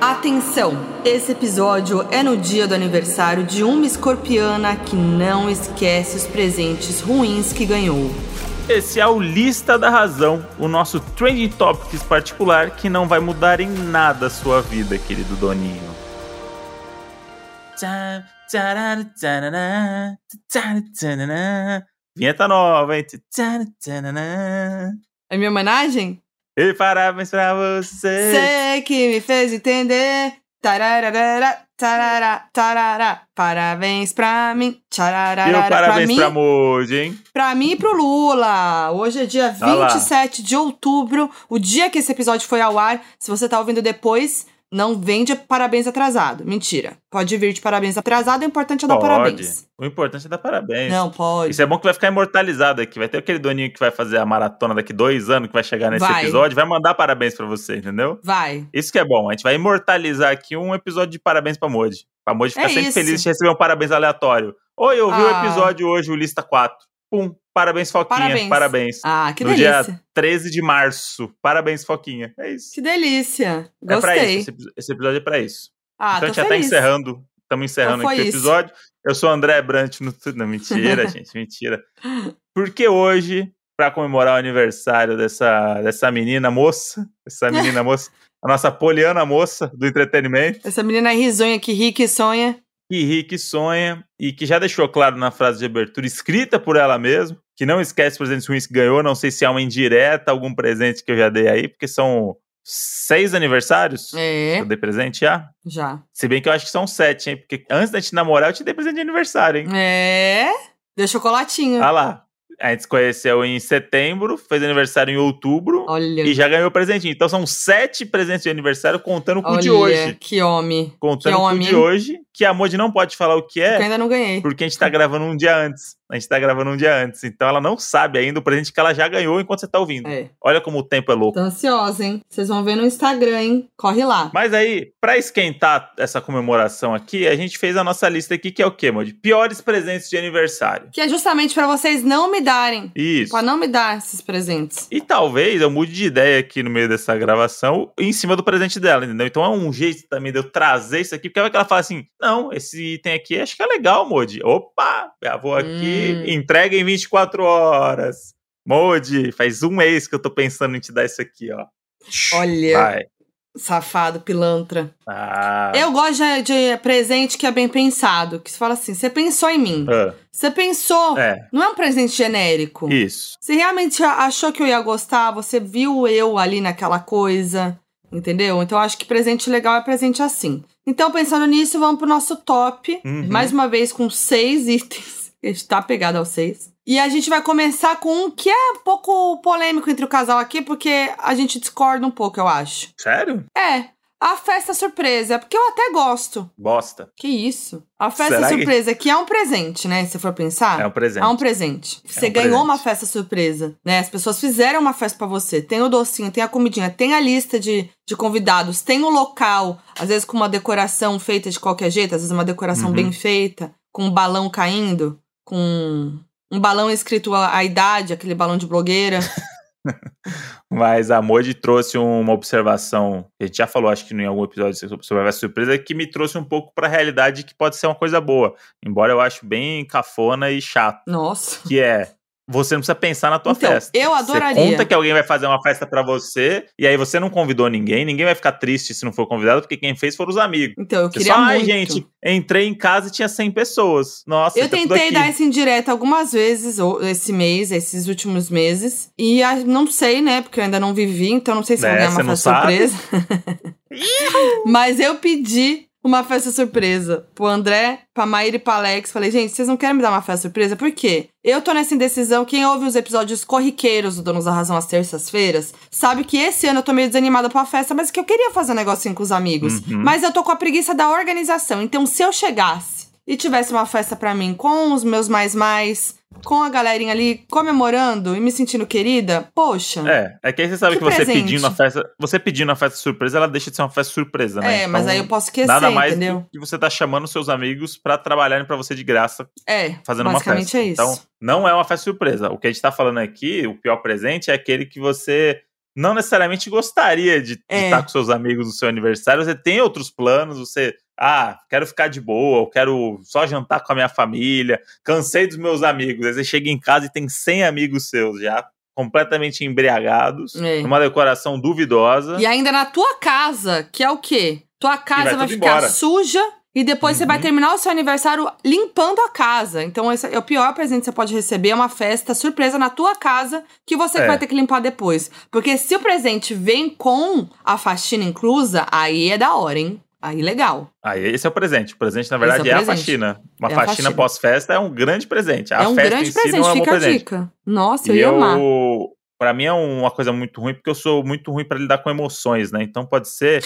Atenção! Esse episódio é no dia do aniversário de uma escorpiana que não esquece os presentes ruins que ganhou. Esse é o Lista da Razão, o nosso Trending Topics particular que não vai mudar em nada a sua vida, querido Doninho. Tchan, tcharara, tcharara, tcharara, tcharara. Vinheta nova, hein? Tchan, tcharara. É minha homenagem? E parabéns pra você! Sei que me fez entender. Tararara, tarará, tarará. Parabéns pra mim. E Tchararara, um pra parabéns mim. pra Moji, hein? Pra mim e pro Lula. Hoje é dia Tá lá. 27 de outubro, o dia que esse episódio foi ao ar. Se você tá ouvindo depois, não vende parabéns atrasado. Mentira. Pode vir de parabéns atrasado, o importante é dar parabéns. O importante é dar parabéns. Não, pode. Isso é bom que vai ficar imortalizado aqui. Vai ter aquele doninho que vai fazer a maratona daqui dois anos, que vai chegar nesse Vai. episódio, vai mandar parabéns pra você, entendeu? Vai. Isso que é bom. A gente vai imortalizar aqui um episódio de parabéns pra Moji. Pra Moji ficar É sempre isso. feliz de receber um parabéns aleatório. Oi, eu vi o Ah. episódio hoje, o Lista 4. Pum, parabéns, Foquinha. Parabéns. parabéns. Ah, que No delícia. 13 de março. Parabéns, Foquinha. É isso. Que delícia. É pra Gostei. isso. Esse epi- Esse episódio é pra isso. ah, então a tô gente já feliz. tá encerrando. Estamos encerrando Então foi aqui o isso. episódio. Eu sou o André Brant no Tudo. Não, mentira, gente, mentira. Porque hoje, pra comemorar o aniversário dessa, dessa menina moça, essa menina moça, a nossa poliana moça do entretenimento, Essa menina é risonha que ri, que sonha. que ri, que sonha, e que já deixou claro na frase de abertura, escrita por ela mesma, que não esquece os presentes ruins que ganhou, não sei se é uma indireta, algum presente que eu já dei aí, porque são seis aniversários que É, eu dei presente já. já. Se bem que eu acho que são sete, hein? Porque antes da gente namorar, eu te dei presente de aniversário, hein? É. Deu chocolatinho. Ah lá. A gente se conheceu em setembro, fez aniversário em outubro Olha. e já ganhou presentinho. Então são sete presentes de aniversário contando com o de olha, hoje. Que homem. Contando com o homem, de hein? hoje, que a Modi não pode falar o que Que é, eu ainda não ganhei. Porque a gente tá gravando um dia antes. A gente tá gravando um dia antes. Então ela não sabe ainda o presente que ela já ganhou enquanto você tá ouvindo. É. Olha como o tempo é louco. Tô ansiosa, hein? Vocês vão ver no Instagram, hein? Corre lá. Mas aí, pra esquentar essa comemoração aqui, a gente fez a nossa lista aqui, que é o quê, Modi? Piores presentes de aniversário. Que é justamente pra vocês não me darem. Isso. Pra não me dar esses presentes. E talvez eu mude de ideia aqui no meio dessa gravação, em cima do presente dela, entendeu? Então é um jeito também de eu trazer isso aqui, porque vai que ela fala assim: não, esse item aqui acho que é legal, Modi. Opa, já vou aqui, Hum. entrega em 24 horas. Modi, faz um mês que eu tô pensando em te dar isso aqui, ó. Olha, Vai. safado, pilantra. Ah. Eu gosto de, de presente que é bem pensado. Que você fala assim, você pensou em mim. Ah, Você pensou. é, Não é um presente genérico. isso. Você realmente a- achou que eu ia gostar, você viu eu ali naquela coisa, entendeu? Então acho que presente legal é presente assim. Então, pensando nisso, vamos pro nosso top. Uhum. Mais uma vez com seis itens. A gente tá pegado aos seis. E a gente vai começar com um que é um pouco polêmico entre o casal aqui, porque a gente discorda um pouco, eu acho. Sério? É, a festa surpresa, É porque eu até gosto. Bosta. Que isso? A festa Será que- surpresa, que... é um presente, né? Se for pensar. É um presente. É um presente. Você um ganhou presente. uma festa surpresa, né? As pessoas fizeram uma festa pra você. Tem o docinho, tem a comidinha, tem a lista de, de convidados, tem o local, às vezes com uma decoração feita de qualquer jeito, às vezes uma decoração Uhum. bem feita, com um balão caindo, com um balão escrito a, a idade, aquele balão de blogueira. Mas a Moji trouxe uma observação, que a gente já falou, acho que em algum episódio sobre a surpresa, que me trouxe um pouco pra realidade que pode ser uma coisa boa. Embora eu acho bem cafona e chato, Nossa. que é você não precisa pensar na tua Então, festa. eu adoraria. Você conta que alguém vai fazer uma festa pra você, e aí você não convidou ninguém, ninguém vai ficar triste se não for convidado, porque quem fez foram os amigos. Então, eu Você queria só, muito. ai, gente, entrei em casa e tinha 100 pessoas. Nossa, Eu tá tudo tentei aqui. dar essa indireta algumas vezes ou esse mês, esses últimos meses. E a- não sei, né? Porque eu ainda não vivi, então não sei se eu vou É, ganhar você uma não festa surpresa. Mas eu pedi uma festa surpresa pro André, pra Maíra e pra Alex. Falei, gente, vocês não querem me dar uma festa surpresa? Por quê? Eu tô nessa indecisão. Quem ouve os episódios corriqueiros do Donos da Razão às terças-feiras sabe que esse ano eu tô meio desanimada pra festa, mas que eu queria fazer um negocinho com os amigos. Uhum. Mas eu tô com a preguiça da organização. Então, se eu chegasse e tivesse uma festa pra mim com os meus mais mais, com a galerinha ali comemorando e me sentindo querida, poxa. É, é que aí você sabe que, Que você presente. pedindo a festa. Você pedindo a festa surpresa, ela deixa de ser uma festa surpresa, né? É, mas Então, aí eu posso esquecer, Nada mais entendeu? do que você tá chamando seus amigos pra trabalharem pra você de graça, É, fazendo uma festa. basicamente é isso. Então, não é uma festa surpresa. O que a gente tá falando aqui, o pior presente, é aquele que você não necessariamente gostaria de, de É. estar com seus amigos no seu aniversário. Você tem outros planos, você. Ah, quero ficar de boa, eu quero só jantar com a minha família, cansei dos meus amigos. Aí você chega em casa e tem 100 amigos seus já, completamente embriagados, É. numa decoração duvidosa. E ainda na tua casa, que é o quê? Tua casa vai vai, tudo ficar embora. suja e depois você vai Uhum. terminar o seu aniversário limpando a casa. Então, esse é o pior presente que você pode receber é uma festa surpresa na tua casa que você É. vai ter que limpar depois. Porque se o presente vem com a faxina inclusa, aí é da hora, hein? Aí legal. Aí esse é o presente. O presente, Esse na é o verdade, é, a presente. faxina. Uma É a faxina, faxina. pós-festa é um grande presente. A é um festa grande em si presente, não é um bom fica a presente. dica. Nossa, eu E ia amar. eu, pra mim é uma coisa muito ruim, porque eu sou muito ruim pra lidar com emoções, né? Então pode ser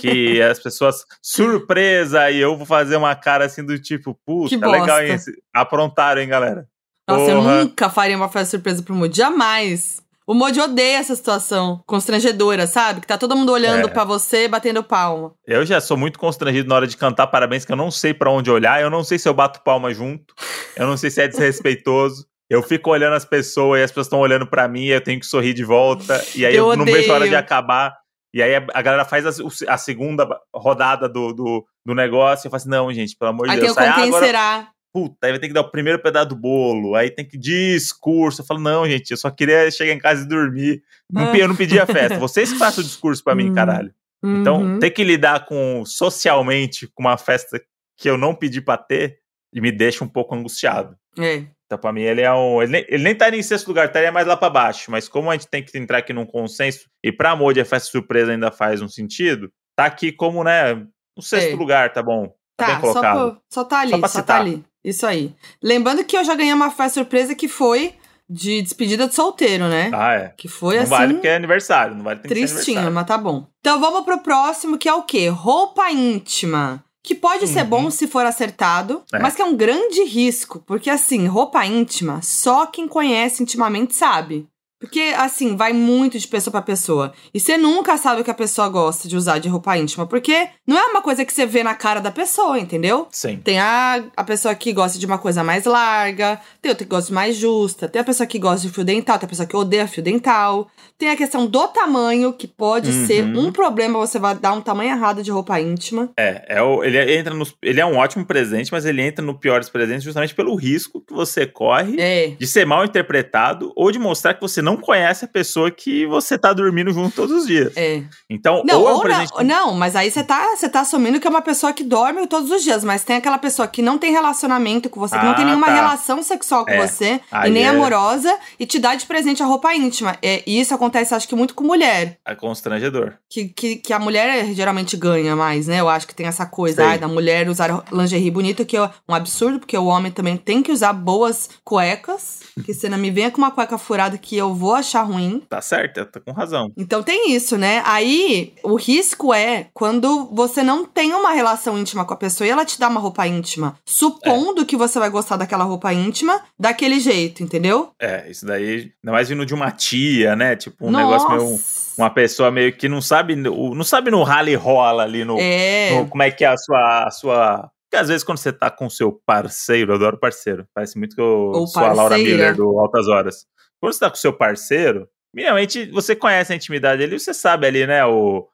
que as pessoas, surpresa, e eu vou fazer uma cara assim do tipo, puta, Que legal, bosta. hein? Esse- Aprontaram, hein, galera? Nossa, Porra. eu nunca faria uma festa surpresa pro Moody, jamais. O Moody odeia essa situação constrangedora, sabe? Que tá todo mundo olhando É. pra você, batendo palma. Eu já sou muito constrangido na hora de cantar parabéns, que eu não sei pra onde olhar, eu não sei se eu bato palma junto, eu não sei se é desrespeitoso. Eu fico olhando as pessoas e as pessoas estão olhando pra mim, eu tenho que sorrir de volta, e aí eu, Eu não vejo a hora de odeio. acabar. E aí a, a galera faz a, o- a segunda rodada do, do, do negócio e eu falo assim: não, gente, pelo amor de Aí tem Deus, o com sai, ah, quem agora. será. Puta, aí vai ter que dar o primeiro pedaço do bolo, aí tem que discurso. Eu falo, não, gente, eu só queria chegar em casa e dormir. Não pe- eu não pedi a festa. Vocês que façam o discurso pra mim, Ah. Hum. caralho. Então, Uhum. ter que lidar com socialmente com uma festa que eu não pedi pra ter e me deixa um pouco angustiado. É. Então, pra mim, ele é um. Ele nem, ele nem estaria em sexto lugar, estaria mais lá pra baixo. Mas como a gente tem que entrar aqui num consenso, e pra amor de a festa surpresa ainda faz um sentido, tá aqui como, né? No sexto É. lugar, tá bom. Tá, Tá, bem só, colocado. pra- só tá ali, Só pra só, tá citar. ali. Isso aí. Lembrando que eu já ganhei uma festa surpresa que foi de despedida de solteiro, né? Ah, é. Que foi não assim. vale porque é aniversário, não vale tem que ser Tristinho, aniversário. mas tá bom. Então vamos pro próximo, que é o quê? Roupa íntima. Que pode ser Uhum. bom se for acertado, É. mas que é um grande risco. Porque, assim, roupa íntima, só quem conhece intimamente sabe. Porque, assim, vai muito de pessoa pra pessoa. E você nunca sabe o que a pessoa gosta de usar de roupa íntima. Porque não é uma coisa que você vê na cara da pessoa, entendeu? Sim. Tem a, a pessoa que gosta de uma coisa mais larga, tem outra que gosta de mais justa, tem a pessoa que gosta de fio dental, tem a pessoa que odeia fio dental. Tem a questão do tamanho, que pode Uhum. ser um problema, você vai dar um tamanho errado de roupa íntima. É, é o- ele, entra nos, ele é um ótimo presente, mas ele entra no pior dos presentes justamente pelo risco que você corre É. de ser mal interpretado ou de mostrar que você não conhece a pessoa que você tá dormindo junto todos os dias. É. Então, Não, ou é um ou na- presente. não, mas aí você tá, você tá assumindo que é uma pessoa que dorme todos os dias, mas tem aquela pessoa que não tem relacionamento com você, que não tem Ah, nenhuma tá. relação sexual com É. você, Aí e nem é- amorosa, e te dá de presente a roupa íntima. É, e isso acontece, acho que, muito com mulher. É constrangedor. que, que, que a mulher geralmente ganha mais, né? Eu acho que tem essa coisa Sei. ai, da mulher usar lingerie bonito, que é um absurdo, porque o homem também tem que usar boas cuecas. Que você não me venha com uma cueca furada que eu vou achar ruim. Tá certo, tá com razão. Então tem isso, né? Aí o risco é quando você não tem uma relação íntima com a pessoa e ela te dá uma roupa íntima, É. supondo que você vai gostar daquela roupa íntima daquele jeito, entendeu? É, isso daí, ainda mais vindo de uma tia, né? Tipo, um negócio meio. um- Uma pessoa meio que não sabe, no- não sabe no rally rola ali no, É. no- Como é que é a sua. A sua... Porque às vezes quando você tá com o seu parceiro, eu adoro parceiro, parece muito que eu Ou sou a Laura parceira. Miller do Altas Horas. Quando você tá com o seu parceiro, minimamente você conhece a intimidade ali, você sabe ali, né, o.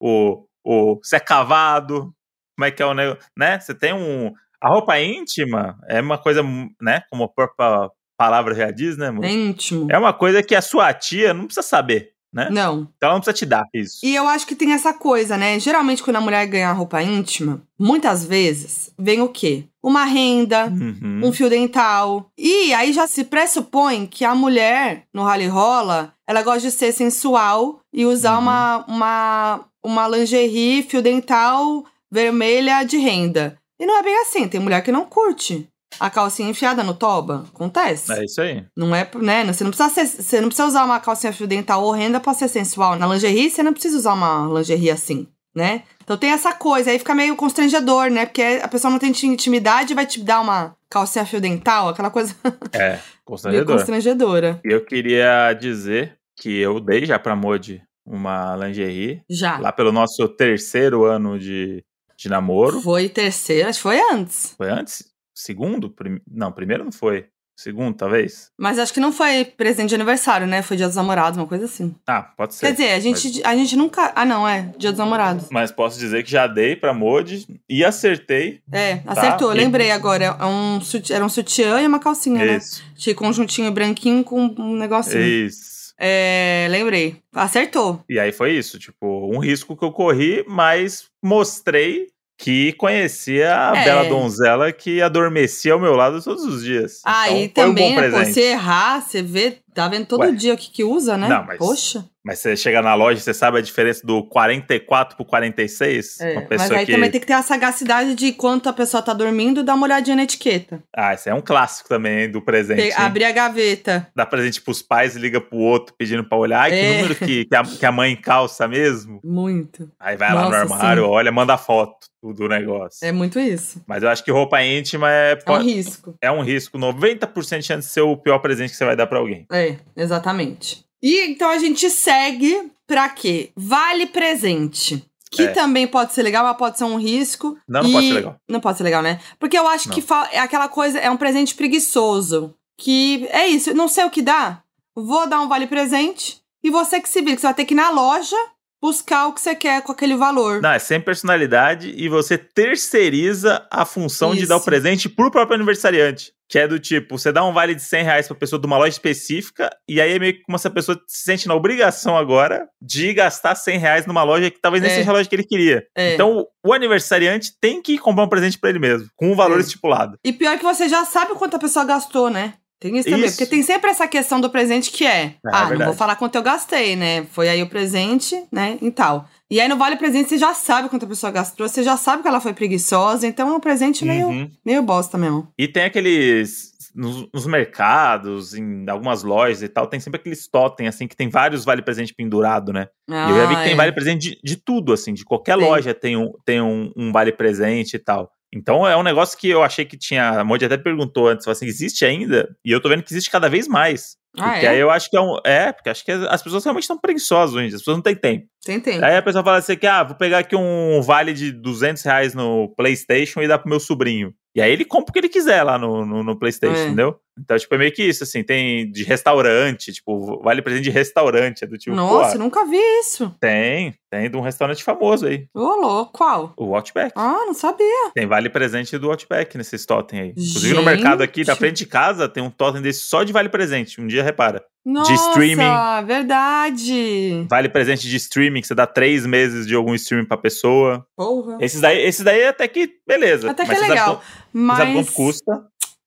o, o se é cavado, como é que é o negócio, né? Você tem um. A roupa íntima é uma coisa, né, como a própria palavra já diz, né, amor? É íntimo. É uma coisa que a sua tia não precisa saber, né? Não. Então ela não precisa te dar isso. E eu acho que tem essa coisa, né? Geralmente, quando a mulher ganha roupa íntima, muitas vezes vem o quê? Uma renda, Uhum. um fio dental. E aí já se pressupõe que a mulher, no rally rola, ela gosta de ser sensual e usar Uhum. uma, uma, uma lingerie, fio dental vermelha de renda. E não é bem assim, tem mulher que não curte. A calcinha enfiada no toba? Acontece. É isso aí. Não é, né? Você não precisa, ser- você não precisa usar uma calcinha fio dental horrenda pra ser sensual. Na lingerie, você não precisa usar uma lingerie assim, né? Então tem essa coisa, aí fica meio constrangedor, né? Porque a pessoa não tem ti- intimidade e vai te dar uma calcinha fio dental, aquela coisa É, meio constrangedor. constrangedora. Eu queria dizer que eu dei já pra Modi uma lingerie Já. lá pelo nosso terceiro ano de, de namoro. Foi terceira, acho que foi antes. Foi antes? Segundo? Prim- Não, primeiro não foi. Segundo, talvez? Mas acho que não foi presente de aniversário, né? Foi dia dos namorados, uma coisa assim. Ah, pode ser. Quer dizer, a gente, a gente nunca. Ah, não, é. Dia dos namorados. Mas posso dizer que já dei pra Modi e acertei. É, acertou. e- Lembrei agora. É um, sut- era um sutiã e uma calcinha, né? Isso. Tinha conjuntinho branquinho com um negocinho. Isso. É, lembrei. Acertou. E aí foi isso, tipo, um risco que eu corri, mas mostrei que conhecia a É. bela donzela que adormecia ao meu lado todos os dias. Ah, Então, e foi um também, bom né, pô, presente. você errar, você vê, tá vendo todo Ué. dia o que que usa, né? Não, mas- Poxa. Mas você chega na loja, você sabe a diferença do 44 pro 46? É, Uma Mas pessoa aí que. também tem que ter a sagacidade de quanto a pessoa tá dormindo e dar uma olhadinha na etiqueta. Ah, esse é um clássico também hein, do presente. Pe- hein? abrir a gaveta. Dá presente pros pais e liga pro outro pedindo pra olhar. Ai, que É. número que, que, a, que a mãe calça mesmo? Muito. Aí vai lá no Nossa, armário, sim. olha, manda foto do negócio. É muito isso. Mas eu acho que roupa íntima é, É um pode- risco. é um risco. 90% de chance de ser o pior presente que você vai dar pra alguém. É, exatamente. E então a gente segue pra quê? Vale presente. Que É. também pode ser legal, mas pode ser um risco. Não, não E- pode ser legal. Não pode ser legal, né? Porque eu acho Não. que fa- é aquela coisa, é um presente preguiçoso. Que é isso, não sei o que dá, vou dar um vale presente e você que se vira, que você vai ter que ir na loja buscar o que você quer com aquele valor. Não, é sem personalidade e você terceiriza a função de Isso. dar o presente pro próprio aniversariante. Que é do tipo, você dá um vale de 100 reais pra pessoa de uma loja específica e aí é meio que como se a pessoa se sente na obrigação agora de gastar 100 reais numa loja que talvez nem É. seja a loja que ele queria. É. Então o- o aniversariante tem que comprar um presente pra ele mesmo, com um valor É. estipulado. E pior que você já sabe o quanto a pessoa gastou, né? Tem isso também. Isso. Porque tem sempre essa questão do presente que é. ah, não verdade. vou falar quanto eu gastei, né? Foi aí o presente, né? E tal. E aí no Vale Presente você já sabe quanto a pessoa gastou, você já sabe que ela foi preguiçosa, então é um presente meio, Uhum. meio bosta mesmo. E tem aqueles. Nos, nos mercados, em algumas lojas e tal, tem sempre aqueles totem, assim, que tem vários vale-presente pendurado, né? E eu já vi que Ah, tem é. vale presente de, de tudo, assim, de qualquer Tem. loja tem um, tem um, um vale presente e tal. Então é um negócio que eu achei que tinha. A Modi até perguntou antes, falou assim, existe ainda? E eu tô vendo que existe cada vez mais. Ah, porque é? aí eu acho que é um. É, porque acho que as as pessoas realmente estão preguiçosas, gente. As pessoas não têm tempo. Tem, tem. Aí a pessoa fala assim: que, ah, vou pegar aqui um vale de 200 reais no PlayStation e dar pro meu sobrinho. E aí ele compra o que ele quiser lá no, no, no PlayStation, É. entendeu? Então, tipo, é meio que isso, assim, tem de restaurante, tipo, vale presente de restaurante, é do tipo. pô, Nossa, eu nunca vi isso. tem, tem de um restaurante famoso aí, Ô, louco, qual? o Outback. Ah, não sabia. Tem vale presente do Outback nesses totem aí. Inclusive no mercado aqui, na Gente. frente de casa, tem um totem desse só de vale presente. Um dia repara. Nossa, streaming. verdade. Vale presente de streaming, que você dá três meses de algum streaming pra pessoa. Porra. Esses daí, esses daí até que, beleza. Até que é você sabe legal. qu- você Mas, Sabe quanto custa,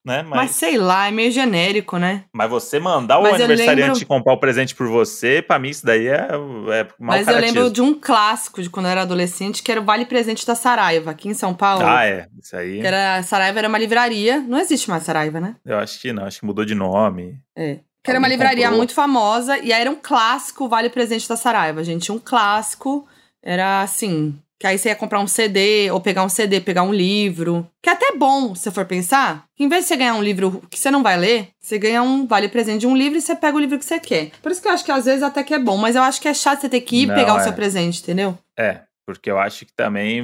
né? Mas, mas mas, sei lá, é meio genérico, né? você mandar o Mas eu aniversariante lembro- comprar comprar o presente por você, pra mim isso daí é, é mal Mas eu lembro de um clássico de quando eu era adolescente, que era o Vale Presente da Saraiva, aqui em São Paulo. Ah, é. Isso aí, Que era, Saraiva era uma livraria. Não existe mais Saraiva, né? eu acho que não. Acho que mudou de nome. Que era uma Alguém livraria comprou. muito famosa e aí era um clássico o Vale Presente da Saraiva, gente. Um clássico era assim. Que aí você ia comprar um CD, ou pegar um CD, pegar um livro. Que é até bom, se você for pensar. que Em vez de você ganhar um livro que você não vai ler, você ganha um vale presente de um livro e você pega o livro que você quer. Por isso que eu acho que às vezes até que é bom, mas eu acho que é chato você ter que ir Não, pegar o é. seu presente, entendeu? É, porque eu acho que também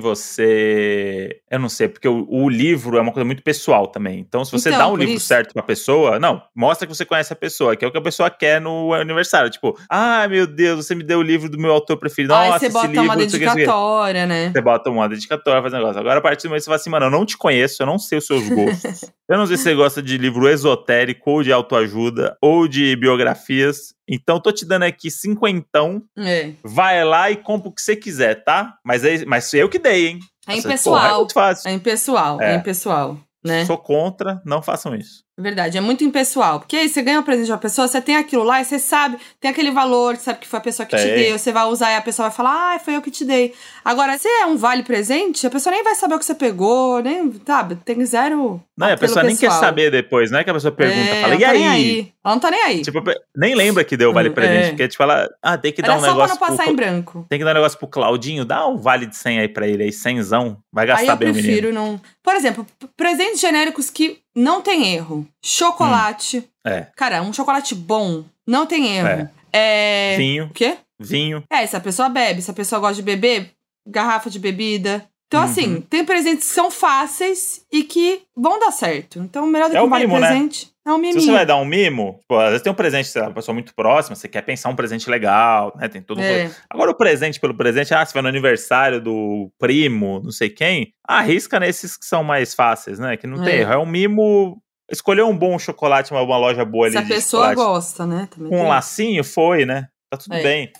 você. Eu não sei, porque o, o livro é uma coisa muito pessoal também. Então, se você Então, dá um por livro isso. certo pra pessoa, não, mostra que você conhece a pessoa, que é o que a pessoa quer no aniversário. Tipo, ah, meu Deus, você me deu o livro do meu autor preferido. aí Nossa, você esse bota livro, uma não sei o que, não sei o que. dedicatória, né? Você bota uma dedicatória, faz um negócio. Agora, a partir do momento que você fala assim, mano, eu não te conheço, eu não sei os seus gostos. eu não sei se você gosta de livro esotérico, ou de autoajuda, ou de biografias. Então, tô te dando aqui cinquentão É. Vai lá e compra o que você quiser, tá? Mas, é, mas sou eu que dei, hein? É Essa- porra, é impessoal. muito fácil. É impessoal, é, É. impessoal, né? Sou contra, não façam isso. É Verdade, é muito impessoal. Porque aí você ganha um presente de uma pessoa, você tem aquilo lá e você sabe, tem aquele valor, sabe que foi a pessoa que te Tem. deu, você vai usar e a pessoa vai falar, ah, foi eu que te dei. Agora, se é um vale presente, a pessoa nem vai saber o que você pegou, nem, sabe, tem zero. Não, e a apelo pessoa nem quer pessoal. saber depois, não é que a pessoa pergunta, É, fala, ela e tá aí? nem Ela não tá nem aí. Tipo, pe- nem lembra que deu o vale Hum, presente, é. porque tipo, ela, ah, tem que Era dar um é só pra negócio não passar pro, em branco. Tem que dar um negócio pro Claudinho, dá um vale de 100 aí pra ele aí, 100zão, vai gastar aí eu bem o menino. prefiro não. Por exemplo, p- presentes genéricos que não tem erro. Chocolate. É. Cara, um chocolate bom não tem erro. É. Vinho, O quê? vinho. É, se a pessoa bebe, se a pessoa gosta de beber, garrafa de bebida. Então, Uhum. assim, tem presentes que são fáceis e que vão dar certo. Então, melhor do É que o um vale mínimo, né? presente. É um Se você miminho. vai dar um mimo, tipo, às vezes tem um presente, sei lá, uma pessoa muito próxima, você quer pensar um presente legal, né? Tem todo um É. Agora o presente pelo presente, ah, você vai no aniversário do primo, não sei quem, arrisca nesses que são mais fáceis, né? Que não tem É. erro. É um mimo. Escolheu um bom chocolate, uma, uma loja boa ali Se a de pessoa chocolate gosta, né? Também com um tem. lacinho, foi, né? Tá tudo É. bem.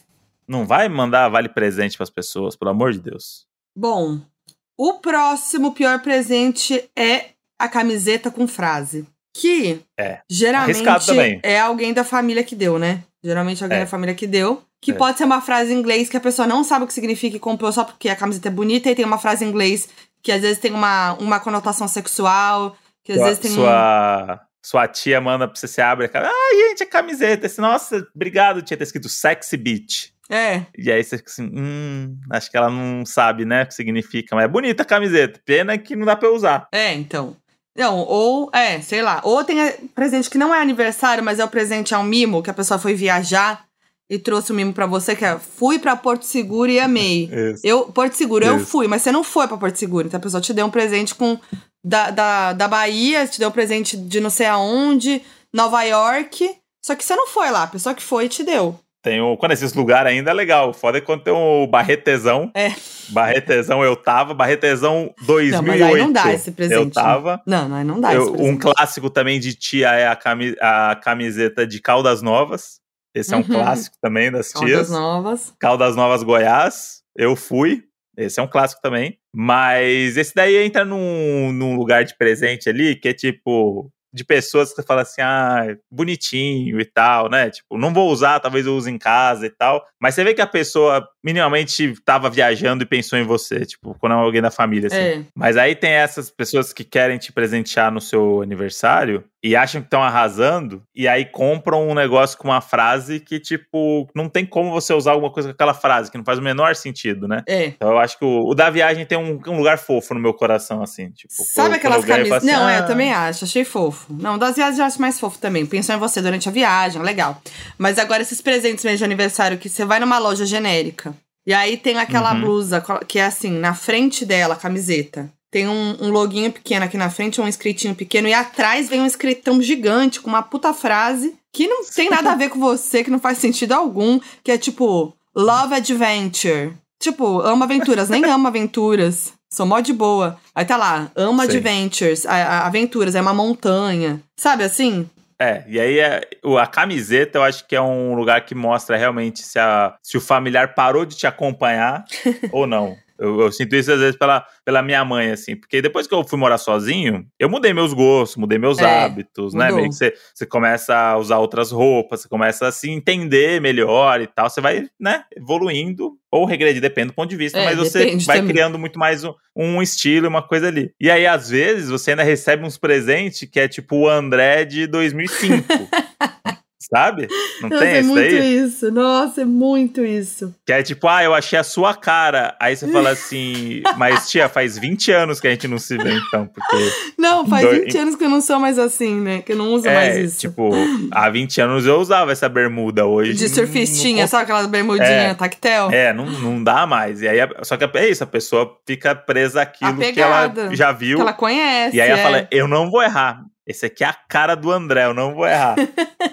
Não vai mandar vale presente pras pessoas, pelo amor de Deus. Bom, o próximo pior presente é a camiseta com frase. Que É, geralmente arriscado também. é alguém da família que deu, né? Geralmente alguém É. da família que deu. Que É. pode ser uma frase em inglês que a pessoa não sabe o que significa e comprou só porque a camiseta é bonita. E tem uma frase em inglês que às vezes tem uma, uma conotação sexual. Que às Sua, vezes tem um- sua, sua tia manda pra você se abre a cara. Ah, gente, a camiseta. Esse, Nossa, obrigado, tia. Tá escrito sexy bitch. É, E aí você fica assim, hum, acho que ela não sabe, né, o que significa, mas é bonita a camiseta, pena que não dá pra eu usar. é, então. Não, ou, é, sei lá. Ou tem é, presente que não é aniversário, mas é o presente, é um mimo, que a pessoa foi viajar e trouxe o mimo pra você, que é fui pra Porto Seguro e amei. Eu, Porto Seguro, eu Isso. fui, mas você não foi pra Porto Seguro. Então a pessoa te deu um presente com da, da, da Bahia, te deu um presente de não sei aonde, Nova York. Só que você não foi lá, a pessoa que foi te deu. Tem o, quando esses lugares ainda é legal, o foda é quando tem o Barretezão. É. Barretezão eu tava, Barretezão 2008. Não, mas aí não dá esse presente. Eu tava. Não, não, aí não dá Eu- esse um presente. clássico também de tia é a, cami- a camiseta de Caldas Novas. Esse é um Uhum. clássico também das Caldas tias. novas. Caldas Novas Goiás, eu fui. Esse é um clássico também. Mas esse daí entra num, num lugar de presente ali, que é tipo, de pessoas que você fala assim, ah, bonitinho e tal, né? Tipo, não vou usar, talvez eu use em casa e tal. Mas você vê que a pessoa minimamente tava viajando e pensou em você, tipo, quando é alguém da família, assim. É. Mas aí tem essas pessoas que querem te presentear no seu aniversário e acham que estão arrasando, e aí compram um negócio com uma frase que, tipo, não tem como você usar alguma coisa com aquela frase, que não faz o menor sentido, né? É. Então eu acho que o, o da viagem tem um, um lugar fofo no meu coração, assim. Tipo, Sabe quando aquelas eu ganho, eu falo camisas? Não, é, ah, eu também acho, achei fofo. Não, das viagens eu acho mais fofo também. Pensou em você durante a viagem, é legal. Mas agora esses presentes mesmo de aniversário que você vai numa loja genérica. E aí tem aquela Uhum. blusa co- que é assim, na frente dela, a camiseta. Tem um, um loguinho pequeno aqui na frente, um escritinho pequeno, e atrás vem um escritão gigante com uma puta frase que não tem nada a ver com você, que não faz sentido algum, que é tipo, Love Adventure. Tipo, amo aventuras, nem amo aventuras. Sou mó de boa. Aí tá lá, amo Sim. adventures, a- a- aventuras, é uma montanha. Sabe assim? É, e aí é- o- a camiseta eu acho que é um lugar que mostra realmente se, a- se o familiar parou de te acompanhar ou não. Eu, eu sinto isso às vezes pela, pela minha mãe, assim, porque depois que eu fui morar sozinho, eu mudei meus gostos, mudei meus É, hábitos, né? mudou. Meio que você, você começa a usar outras roupas, você começa a se entender melhor e tal, você vai, né, evoluindo ou regredir, depende do ponto de vista, É, mas você depende vai também. criando muito mais um, um estilo, uma coisa ali. E aí, às vezes, você ainda recebe uns presentes que é tipo o André de 2005. sabe? Não Nossa, tem é isso muito daí? isso. Nossa, é muito isso. Que é tipo, ah, eu achei a sua cara. Aí você fala assim, mas tia, faz 20 anos que a gente não se vê então, porque Não, faz Doi- 20 anos que eu não sou mais assim, né? Que eu não uso mais é, isso. tipo, há 20 anos eu usava essa bermuda hoje. de não- surfistinha, não sabe aquela bermudinha É. tactel? É, não, não dá mais. E aí, a- só que é isso, a pessoa fica presa àquilo que ela Apegada. já viu. Que ela conhece. E aí ela é. fala, eu não vou errar. Esse aqui é a cara do André, eu não vou errar.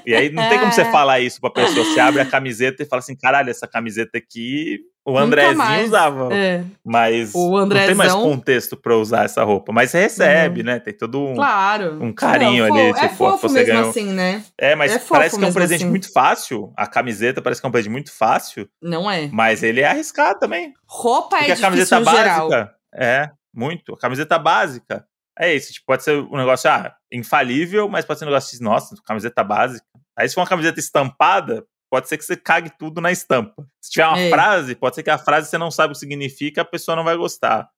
e aí não tem como É. você falar isso pra pessoa. Você abre a camiseta e fala assim, caralho, essa camiseta aqui o Nunca Andrezinho mais. usava. É, Mas O não tem mais Andrezão. Uhum. contexto pra usar essa roupa. Mas você recebe, né? Tem todo um... claro. um carinho Não, ali, fo- É tipo, fofo você mesmo ganhou- assim, né? É, mas é fofo parece que é um mesmo presente assim. muito fácil. A camiseta parece que é um presente muito fácil. Não é. Mas ele é arriscado também. Roupa Porque é a camiseta difícil no geral. básica. É, muito. A camiseta básica. É isso. Tipo, pode ser um negócio ah, infalível, mas pode ser um negócio de, nossa, camiseta básica. Aí se for uma camiseta estampada, pode ser que você cague tudo na estampa. Se tiver uma É. frase, pode ser que a frase você não sabe o que significa, a pessoa não vai gostar.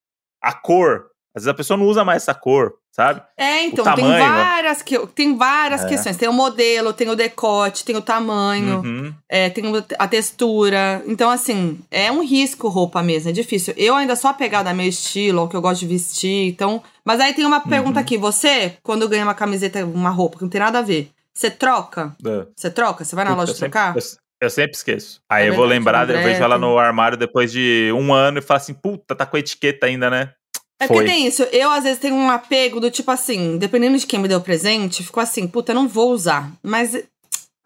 A cor. Às vezes a pessoa não usa mais essa cor, sabe? É, então, tem tamanho, né? várias, que, tem várias É. questões. Tem o modelo, tem o decote, tem o tamanho, Uhum. é, tem o- a textura. Então, assim, é um risco roupa mesmo, é difícil. Eu ainda sou apegada ao meu estilo, ao que eu gosto de vestir, então... Mas aí tem uma pergunta Uhum. aqui. Você, quando ganha uma camiseta, uma roupa que não tem nada a ver, você troca? É. Você troca? Você vai na Puta, loja eu sempre- trocar? Eu, eu sempre esqueço. Aí É eu vou verdade, lembrar, eu André, vejo ela tem- no armário depois de um ano e falo assim, puta, tá com etiqueta ainda, né? É Foi. porque tem isso. Eu, às vezes, tenho um apego do tipo assim, dependendo de quem me deu o presente, ficou assim, puta, eu não vou usar. Mas a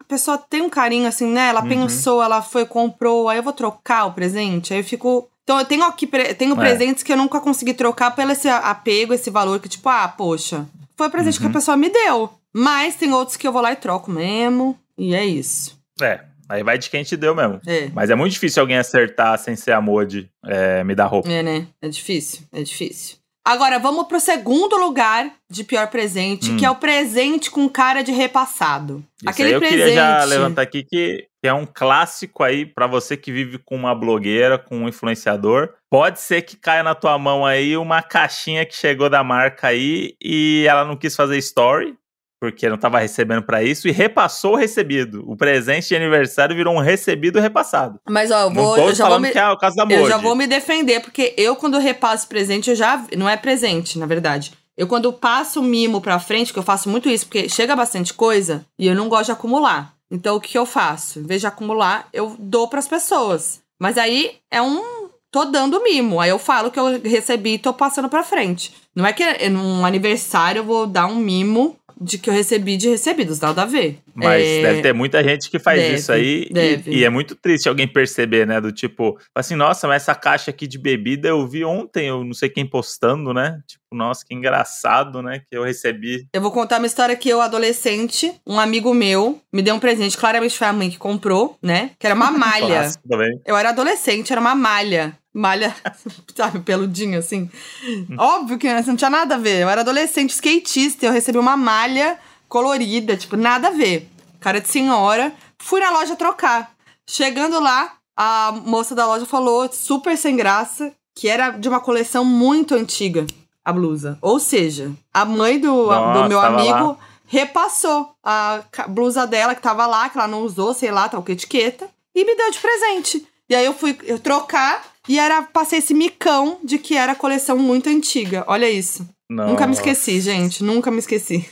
pessoa tem um carinho assim, né? Ela Uhum. pensou, ela foi, comprou, aí eu vou trocar o presente, aí eu fico. Então, eu tenho aqui, pre- tenho É. presentes que eu nunca consegui trocar pelo esse apego, esse valor que, tipo, ah, poxa, foi o presente que Uhum. a pessoa me deu. Mas tem outros que eu vou lá e troco mesmo. E é isso. É, aí vai de quem te deu mesmo. É. Mas é muito difícil alguém acertar sem ser amor de é, me dar roupa. É, né? É difícil, é difícil. Agora, vamos pro segundo lugar de pior presente, Hum. que é o presente com cara de repassado. Isso Aquele aí eu presente. queria já levantar aqui que, que é um clássico aí pra você que vive com uma blogueira, com um influenciador. Pode ser que caia na tua mão aí uma caixinha que chegou da marca aí e ela não quis fazer story, porque não tava recebendo pra isso, e repassou o recebido. O presente de aniversário virou um recebido repassado. Mas ó, eu não vou, tô eu já vou falando me, que é o caso da eu Moji. já vou me defender, porque eu quando repasso presente, eu já não é presente, na verdade. Eu quando passo o mimo pra frente, que eu faço muito isso, porque chega bastante coisa e eu não gosto de acumular. Então o que eu faço? Em vez de acumular, eu dou pras pessoas. Mas aí é um tô dando mimo. Aí eu falo que eu recebi e tô passando pra frente. Não é que é num aniversário eu vou dar um mimo de que eu recebi de recebidos, nada a ver. Mas É, deve ter muita gente que faz deve, isso aí. e- deve. E, é muito triste alguém perceber, né? Do tipo, fala assim, nossa, mas essa caixa aqui de bebida eu vi ontem, eu não sei quem postando, né? Tipo, nossa, que engraçado, né? Que eu recebi. Eu vou contar uma história que eu, adolescente, um amigo meu me deu um presente, claramente foi a mãe que comprou, né? Que era uma malha. Clássico também. Eu era adolescente, era uma malha. Malha, sabe, peludinha, assim. Hum. Óbvio que assim, não tinha nada a ver. Eu era adolescente, skatista, eu recebi uma malha colorida, tipo, nada a ver. Cara de senhora. Fui na loja trocar. Chegando lá, a moça da loja falou, super sem graça, que era de uma coleção muito antiga, a blusa. Ou seja, a mãe do, a- do Nossa, meu tava lá. amigo repassou a ca- blusa dela que tava lá, que ela não usou, sei lá, tal que etiqueta, e me deu de presente. E aí eu fui eu trocar e era passei esse micão de que era coleção muito antiga. Olha isso. Nunca me Nossa, esqueci, gente, nunca me esqueci.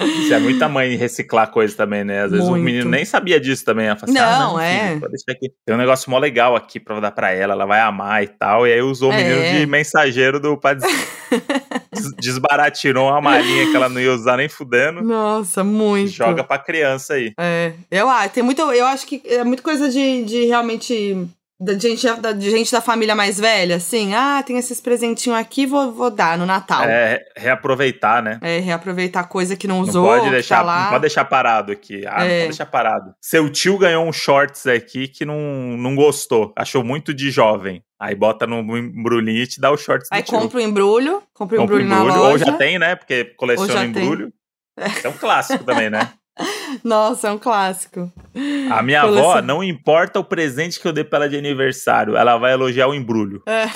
Isso é muita mãe reciclar coisa também, né? Às vezes Muito. o menino nem sabia disso também. Ela fala assim, ah, Não, não, é. filho, pode deixar aqui. Tem um negócio mó legal aqui pra dar pra ela, ela vai amar e tal. E aí usou o É. menino de mensageiro do padre. Des- Desbaratirou uma malinha que ela não ia usar nem fudendo. Nossa, muito. Joga pra criança aí. É, eu acho, tem muito, eu acho que é muito coisa de, de realmente da gente da, de gente da família mais velha, assim, ah, tem esses presentinhos aqui, vou, vou dar no Natal. É. É, reaproveitar, né? reaproveitar coisa que não Não usou, pode que deixar, tá lá. não pode deixar parado aqui. Ah, não É. pode deixar parado. Seu tio ganhou um shorts aqui que não, não gostou, achou muito de jovem. Aí bota no embrulhinho e te dá o shorts do Aí tio. compra o embrulho, compra o Compra embrulho, na ou loja. já tem, né? Porque Ou coleciona já tem. embrulho. É um clássico também, né? Nossa, é um clássico. A minha avó, Coleciona. não importa o presente que eu dei pra ela de aniversário, ela vai elogiar o embrulho. É.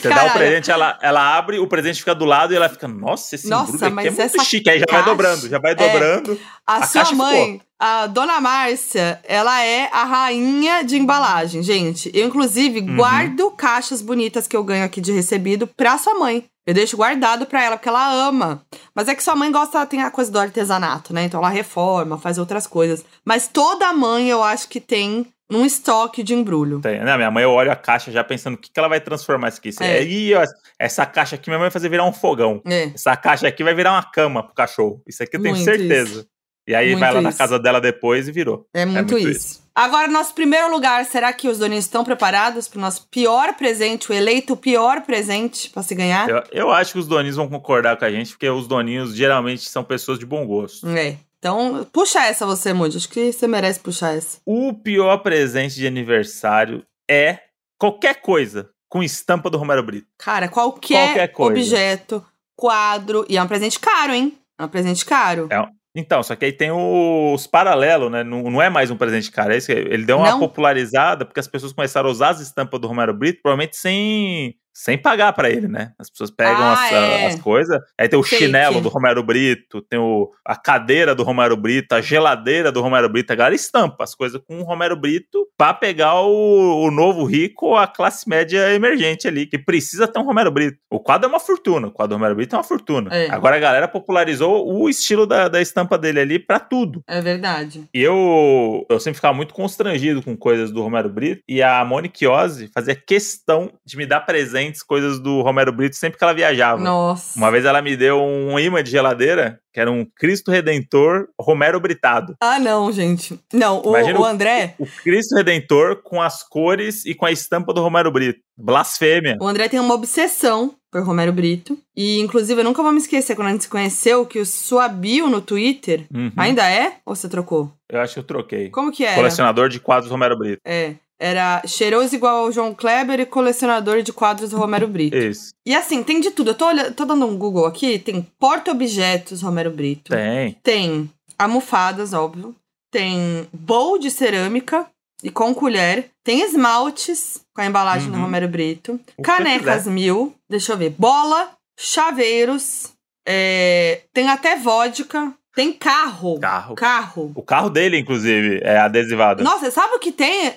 Você dá o Caralho. presente, ela, ela abre, o presente fica do lado e ela fica, nossa, esse Nossa, embrulho aqui é mas muito essa chique. Aí já vai caixa- É. dobrando, já vai dobrando. A, A sua caixa mãe, a dona Márcia, ela é a rainha de embalagem, gente. Eu, inclusive, Uhum. guardo caixas bonitas que eu ganho aqui de recebido pra sua mãe. Eu deixo guardado pra ela, porque ela ama. Mas é que sua mãe gosta, ela tem a coisa do artesanato, né? Então ela reforma, faz outras coisas. Mas toda mãe, eu acho que tem um estoque de embrulho. Tem, né? Minha mãe, eu olho a caixa já pensando o que, que ela vai transformar isso aqui. É. É. Ih, ó, essa caixa aqui minha mãe vai fazer virar um fogão. É. Essa caixa aqui vai virar uma cama pro cachorro. Isso aqui eu tenho Muito certeza. E aí Muito vai lá na isso. casa dela depois e virou. É muito, muito isso. Agora, nosso primeiro lugar, será que os doninhos estão preparados para o nosso pior presente, o eleito pior presente para se ganhar? Eu, eu acho que os doninhos vão concordar com a gente, porque os doninhos geralmente são pessoas de bom gosto. É. Então, puxa essa você, Moody. Acho que você merece puxar essa. O pior presente de aniversário é qualquer coisa com estampa do Romero Brito. Cara, qualquer, Qualquer coisa. objeto, quadro. E é um presente caro, hein? É um presente caro. Então, só que aí tem os paralelos, né? Não, não é mais um presente caro. É isso que- ele deu uma Não. popularizada porque as pessoas começaram a usar as estampas do Romero Brito, provavelmente sem, sem pagar pra ele, né? As pessoas pegam Ah, as, é. as coisas. Aí tem o Fake. chinelo do Romero Brito, tem o, a cadeira do Romero Brito, a geladeira do Romero Brito. A galera estampa as coisas com o Romero Brito pra pegar o, o novo rico ou a classe média emergente ali, que precisa ter um Romero Brito. O quadro é uma fortuna. O quadro do Romero Brito é uma fortuna. É. Agora a galera popularizou o estilo da, da estampa dele ali pra tudo. É verdade. E eu, eu sempre ficava muito constrangido com coisas do Romero Brito. E a Monique Ozzi fazia questão de me dar presente presentes, coisas do Romero Brito sempre que ela viajava. Nossa. Uma vez ela me deu um imã de geladeira, que era um Cristo Redentor Romero Britado. Ah, não, gente. Não, o, Imagina o André. O Cristo Redentor com as cores e com a estampa do Romero Brito. Blasfêmia. O André tem uma obsessão por Romero Brito. E, inclusive, eu nunca vou me esquecer quando a gente se conheceu que o sua bio no Twitter Uhum. ainda é? Ou você trocou? Eu acho que eu troquei. Como que era? Colecionador de quadros Romero Brito. É. Era cheiroso igual ao João Kleber e colecionador de quadros do Romero Brito. Isso. E assim, tem de tudo. Eu tô, olhando, tô dando um Google aqui. Tem porta-objetos Romero Brito. Tem. Tem almofadas, óbvio. Tem bowl de cerâmica e com colher. Tem esmaltes com a embalagem do Uhum. Romero Brito. O que Canecas mil. Deixa eu ver. Bola, chaveiros. é, tem até vodka. Tem carro. Carro. Carro. O carro dele, inclusive, é adesivado. Nossa, sabe o que tem?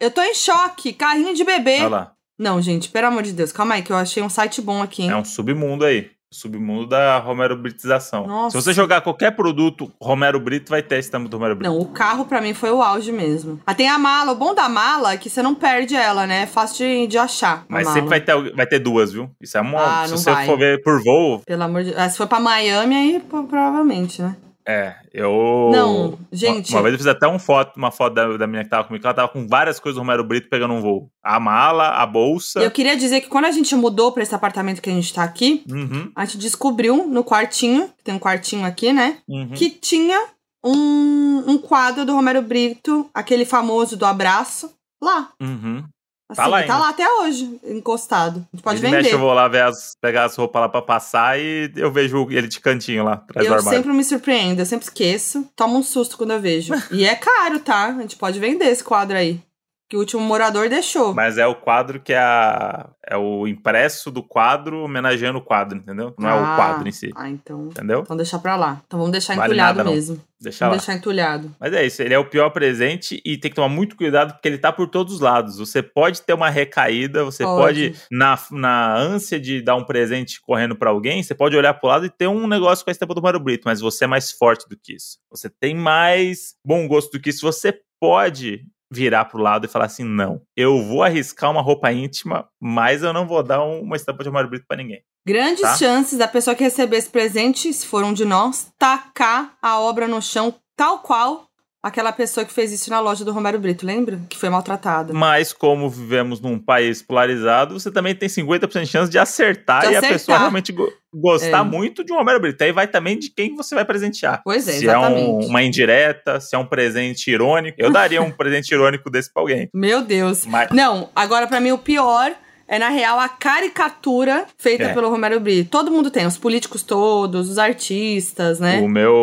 Eu tô em choque. Carrinho de bebê. Olha lá. Não, gente, pelo amor de Deus. Calma aí, que eu achei um site bom aqui, hein? É um submundo aí. Submundo da Romero Britização. Nossa. Se você jogar qualquer produto Romero Brito, vai ter a estampa do Romero Brito. Não, o carro pra mim foi o auge mesmo. Ah, tem a mala. O bom da mala é que você não perde ela, né? É fácil de, de achar. a Mas mala. sempre vai ter, algu- vai ter duas, viu? Isso é uma. Ah, se não você vai. for ver por voo, Pelo amor de Deus. Ah, se for pra Miami, aí pô, provavelmente, né? é. Eu. Não, gente. Uma, uma vez eu fiz até um foto, uma foto da, da menina que tava comigo, que ela tava com várias coisas do Romero Brito pegando um voo. A mala, a bolsa. Eu queria dizer que quando a gente mudou pra esse apartamento que a gente tá aqui, Uhum, a gente descobriu no quartinho, tem um quartinho aqui, né? uhum. Que tinha um, um quadro do Romero Brito, aquele famoso do abraço, lá. Uhum. Assim, Tá lá ainda. até hoje, encostado. A gente pode Ele vender. mexe, eu vou lá ver as, pegar as roupas lá pra passar e eu vejo ele de cantinho lá, atrás do Eu armário. sempre me surpreendo, eu sempre esqueço. Tomo um susto quando eu vejo. e é caro, tá? A gente pode vender esse quadro aí. Que o último morador deixou. Mas é o quadro que é a. É o impresso do quadro homenageando o quadro, entendeu? Não é Ah. o quadro em si, Ah, então. entendeu? Então deixar pra lá. Então vamos deixar Vale entulhado nada, não. mesmo. Deixa lá. Vamos deixar entulhado. Mas é isso, ele é o pior presente e tem que tomar muito cuidado porque ele tá por todos os lados. Você pode ter uma recaída, você Pode. pode, na, na ânsia de dar um presente correndo pra alguém, você pode olhar pro lado e ter um negócio com a estampa do Mario Brito, mas você é mais forte do que isso. Você tem mais bom gosto do que isso. Você pode virar pro lado e falar assim: não, eu vou arriscar uma roupa íntima, mas eu não vou dar um- uma estampa de Mario Brito pra ninguém. Grandes Tá. chances da pessoa que receber esse presente, se for um de nós, tacar a obra no chão, tal qual aquela pessoa que fez isso na loja do Romero Brito, lembra? Que foi maltratada. Mas como vivemos num país polarizado, você também tem 50% de chance de acertar De e acertar. a pessoa realmente go- gostar É. muito de um Romero Brito. Aí vai também de quem você vai presentear. Pois é, se é um- exatamente. uma indireta, se é um presente irônico. Eu daria um presente irônico desse pra alguém. Meu Deus. Mas Não, agora pra mim o pior é, na real, a caricatura feita É. pelo Romero Brito. Todo mundo tem, os políticos todos, os artistas, né? o, meu,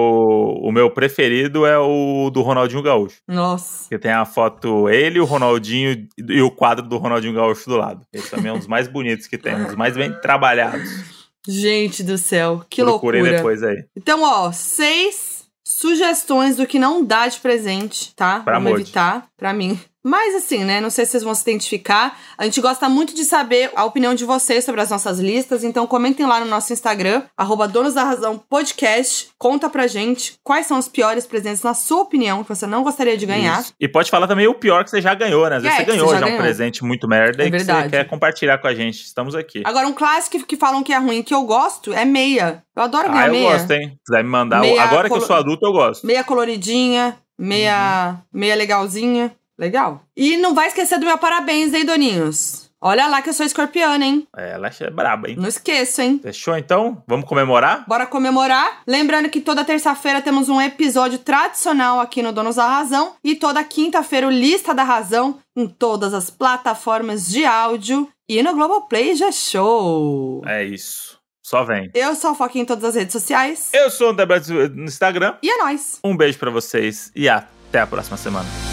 o meu preferido é o do Ronaldinho Gaúcho. Nossa. Que tem a foto ele, o Ronaldinho e o quadro do Ronaldinho Gaúcho do lado. Esse também é um dos mais bonitos que tem, um dos mais bem trabalhados. Gente do céu, que Procurei loucura. depois aí. Então, ó, seis sugestões do que não dá de presente, tá? Pra Vamos Modi. evitar, pra mim. Mas assim, né? Não sei se vocês vão se identificar. A gente gosta muito de saber a opinião de vocês sobre as nossas listas. Então comentem lá no nosso Instagram, arroba Donos da Razão Podcast. Conta pra gente quais são os piores presentes, na sua opinião, que você não gostaria de ganhar. Isso. E pode falar também o pior que você já ganhou, né? Às vezes É, você que você ganhou já já, um ganhou. presente muito merda É e que verdade. você quer compartilhar com a gente. Estamos aqui. Agora, um clássico que falam que é ruim, que eu gosto, é meia. Eu adoro ganhar Ah, eu meia. gosto, hein? Se quiser me mandar. Meia Agora que colo- eu sou adulto, eu gosto. Meia coloridinha, meia, meia legalzinha. Legal. E não vai esquecer do meu parabéns, hein, Doninhos? Olha lá que eu sou escorpiana, hein? É, Ela é braba, hein? Não esqueço, hein? Fechou então? Vamos comemorar? Bora comemorar? Lembrando que toda terça-feira temos um episódio tradicional aqui no Donos da Razão e toda quinta-feira o Lista da Razão em todas as plataformas de áudio e no Globoplay já show. É isso. Só vem. Eu sou a Foquinha em todas as redes sociais. Eu sou o André Brasil no Instagram. E é nóis! Um beijo pra vocês e até a próxima semana.